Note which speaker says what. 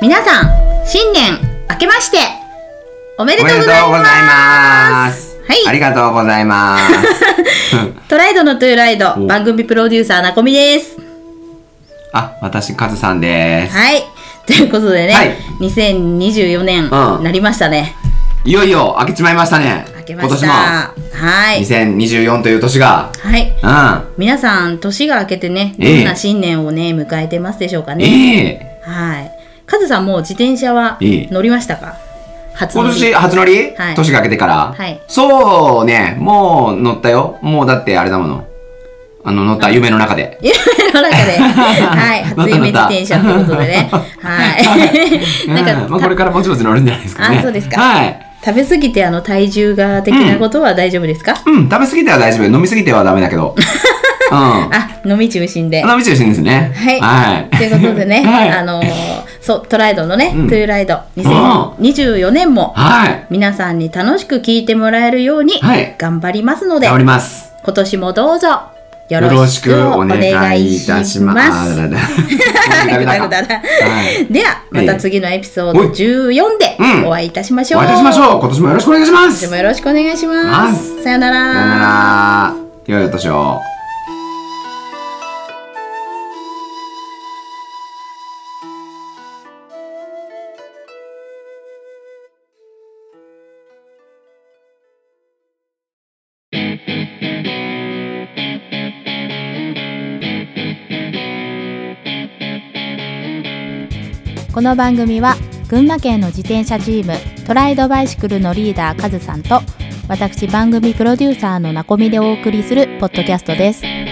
Speaker 1: 皆さん新年明けましておめで
Speaker 2: お
Speaker 1: と
Speaker 2: め
Speaker 1: う
Speaker 2: でと
Speaker 1: ご
Speaker 2: うご
Speaker 1: ざ
Speaker 2: ざ
Speaker 1: い
Speaker 2: い
Speaker 1: ま
Speaker 2: ますす。
Speaker 1: はい
Speaker 2: ありがとうございます。
Speaker 1: トライドのトゥーライド
Speaker 2: お
Speaker 1: 番組プロデューサーなこみです
Speaker 2: あ、私、カズさんです。
Speaker 1: はいということでね、
Speaker 2: はい
Speaker 1: 2024年
Speaker 2: うん
Speaker 1: なりましたね、
Speaker 2: いよいよ、開けちまいましたね。
Speaker 1: 明けましたはい
Speaker 2: 今年も、2024という年が。
Speaker 1: はい
Speaker 2: うん。
Speaker 1: 皆さん年が明けてねど
Speaker 2: ええ
Speaker 1: んな新年をね迎えてますでしょうかね、
Speaker 2: ええ
Speaker 1: はいカズさんもう自転車は
Speaker 2: ええ
Speaker 1: 乗りましたか、初乗
Speaker 2: 今
Speaker 1: り
Speaker 2: 年、初乗り、
Speaker 1: はい
Speaker 2: 年が明けてから。
Speaker 1: はい
Speaker 2: そうね、もう乗ったよ。もうだって、あれだもの。あの、乗った夢の中で。
Speaker 1: 夢の中 で、はい、初夢自転車ってことでね、はい、
Speaker 2: うん
Speaker 1: なんか
Speaker 2: まあ、これからぼちぼち乗るんじゃないですかね。
Speaker 1: あそうですか
Speaker 2: はい。
Speaker 1: た食べ過ぎてあの体重が的なことは大丈夫ですか？
Speaker 2: うん、食べ過ぎては大丈夫。飲み過ぎてはダメだ けど。うん。
Speaker 1: あ、飲み中心で。
Speaker 2: 花道中心ですね。
Speaker 1: はい、
Speaker 2: はい。
Speaker 1: ということでね、
Speaker 2: はい
Speaker 1: あのーそうトライドのね、
Speaker 2: うん
Speaker 1: トゥーライド2024年も
Speaker 2: はい。
Speaker 1: 皆さんに楽しく聞いてもらえるように
Speaker 2: はい
Speaker 1: 頑張りますので、
Speaker 2: 頑張ります。
Speaker 1: 今年もどうぞよ
Speaker 2: よ
Speaker 1: ろ
Speaker 2: ろ
Speaker 1: し
Speaker 2: し
Speaker 1: く
Speaker 2: く
Speaker 1: お
Speaker 2: お
Speaker 1: 願
Speaker 2: 願
Speaker 1: い
Speaker 2: い
Speaker 1: い
Speaker 2: い
Speaker 1: た
Speaker 2: た
Speaker 1: し
Speaker 2: し
Speaker 1: ま。
Speaker 2: ますす。あらら
Speaker 1: グダグ ダだ
Speaker 2: はい
Speaker 1: ではまた次のエピソード14で
Speaker 2: うん
Speaker 1: お会いいたしまし
Speaker 2: お
Speaker 1: ょう。
Speaker 2: 会いいたしましょう。今年もよろしくお願いしま
Speaker 1: 今年
Speaker 2: す。
Speaker 1: も
Speaker 2: さよ
Speaker 1: よろしくお願いしま。
Speaker 2: ます
Speaker 1: さよなら。
Speaker 2: なら。良いお年を。
Speaker 3: この番組は群馬県の自転車チームトライドバイシクルのリーダーカズさんと私番組プロデューサーのなこみでお送りするポッドキャストです。